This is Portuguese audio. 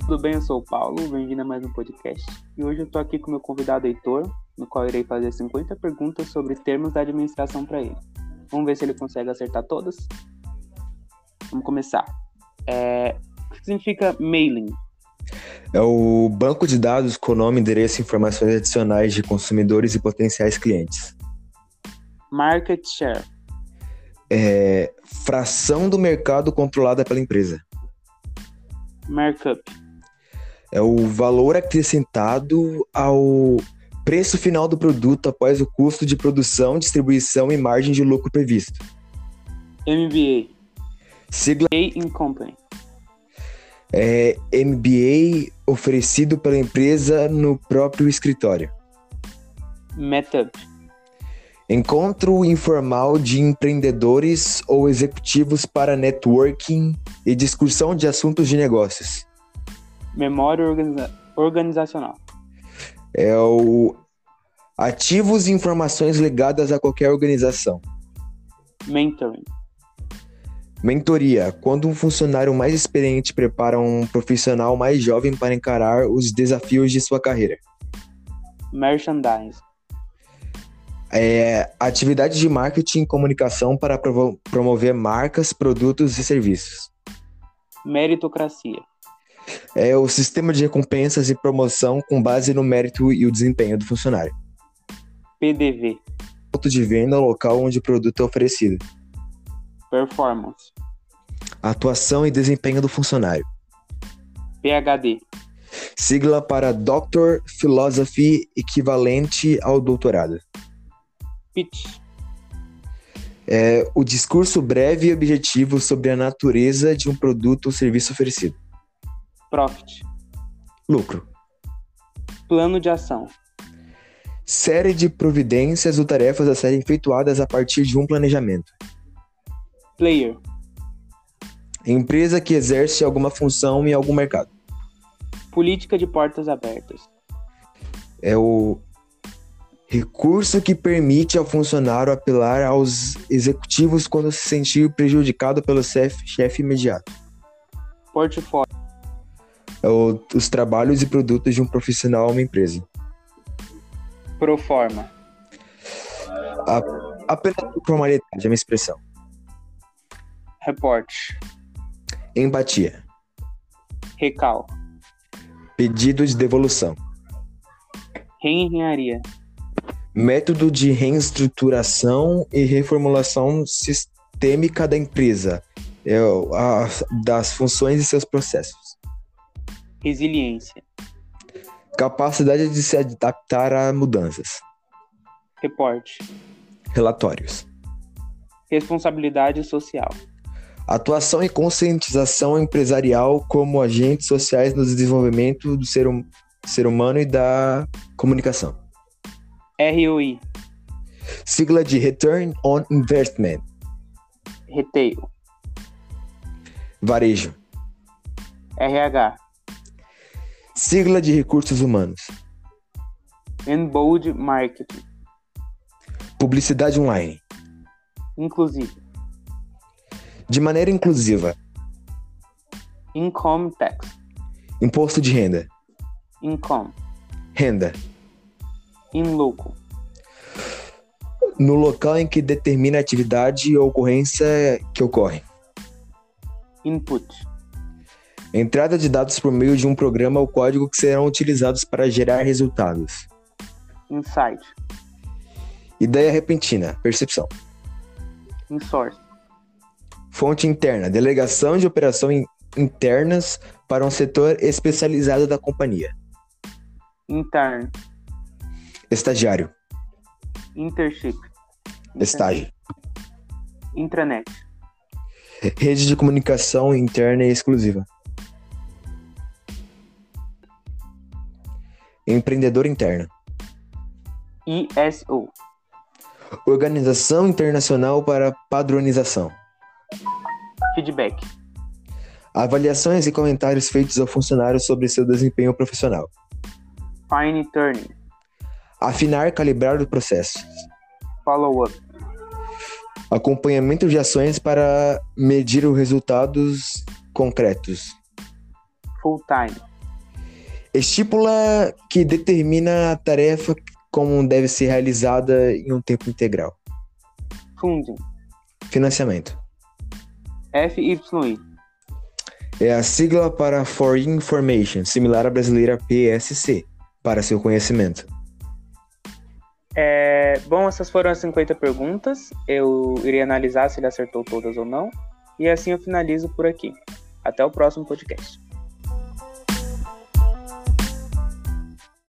tudo bem? Eu sou o Paulo, bem-vindo a mais um podcast. E hoje eu tô aqui com meu convidado Heitor, no qual irei fazer 50 perguntas sobre termos da administração para ele. Vamos ver se ele consegue acertar todas? Vamos começar. É, O que significa mailing? É o banco de dados com nome, endereço e informações adicionais de consumidores e potenciais clientes. Market share, É fração do mercado controlada pela empresa. markup, É o valor acrescentado ao preço final do produto após o custo de produção, distribuição e margem de lucro previsto. MBA, Sigla A in Company, é MBA oferecido pela empresa no próprio escritório. Meetup, Encontro informal de empreendedores ou executivos para networking e discussão de assuntos de negócios. memória organiza- organizacional, É o ativos e informações ligadas a qualquer organização. mentoring, Mentoria, quando um funcionário mais experiente prepara um profissional mais jovem para encarar os desafios de sua carreira. merchandising, É, atividade de marketing e comunicação para provo- promover marcas, produtos e serviços. meritocracia, É o sistema de recompensas e promoção com base no mérito e o desempenho do funcionário. PDV, Ponto de venda é o local onde o produto é oferecido. performance, Atuação e desempenho do funcionário. PhD, Sigla para Doctor Philosophy equivalente ao doutorado. pitch, É o discurso breve e objetivo sobre a natureza de um produto ou serviço oferecido. profit, Lucro. plano de ação, Série de providências ou tarefas a serem efetuadas a partir de um planejamento. player, Empresa que exerce alguma função em algum mercado. política de portas abertas, é o recurso que permite ao funcionário apelar aos executivos quando se sentir prejudicado pelo chef- chefe imediato. portfólio, É o- os trabalhos e produtos de um profissional ou uma empresa. proforma, Apenas por formalidade, é minha expressão. reporte, Empatia. recal, Pedido de devolução. reengenharia, Método de reestruturação e reformulação sistêmica da empresa. É o- a- das funções e seus processos. resiliência, Capacidade de se adaptar a mudanças. reporte, Relatórios. responsabilidade social, Atuação e conscientização empresarial como agentes sociais no desenvolvimento do ser, hum- ser humano e da comunicação. ROI, Sigla de Return on Investment. retail, Varejo. RH, Sigla de Recursos Humanos. embold marketing, Publicidade online. inclusive, De maneira inclusiva. income tax, Imposto de renda. income, Renda. in loco, No local em que determina a atividade ou ocorrência que ocorre. input, Entrada de dados por meio de um programa ou código que serão utilizados para gerar resultados. insight, Ideia repentina. Percepção. insource, Fonte interna: Delegação de operação in- internas para um setor especializado da companhia. intern, Estagiário. internship, Estágio. intranet, Rede de comunicação interna e exclusiva. Empreendedor interno. ISO, Organização Internacional para Padronização. feedback, Avaliações e comentários feitos ao funcionário sobre seu desempenho profissional. fine turning, Afinar e calibrar o processo. follow-up, Acompanhamento de ações para medir os resultados concretos. full-time, Estipula que determina a tarefa como deve ser realizada em um tempo integral. Funding. Financiamento. FYI. É a sigla para Foreign Information, similar à brasileira PSC, para seu conhecimento. É, bom, essas foram as 50 perguntas. Eu irei analisar se ele acertou todas ou não. E assim eu finalizo por aqui. Até o próximo podcast.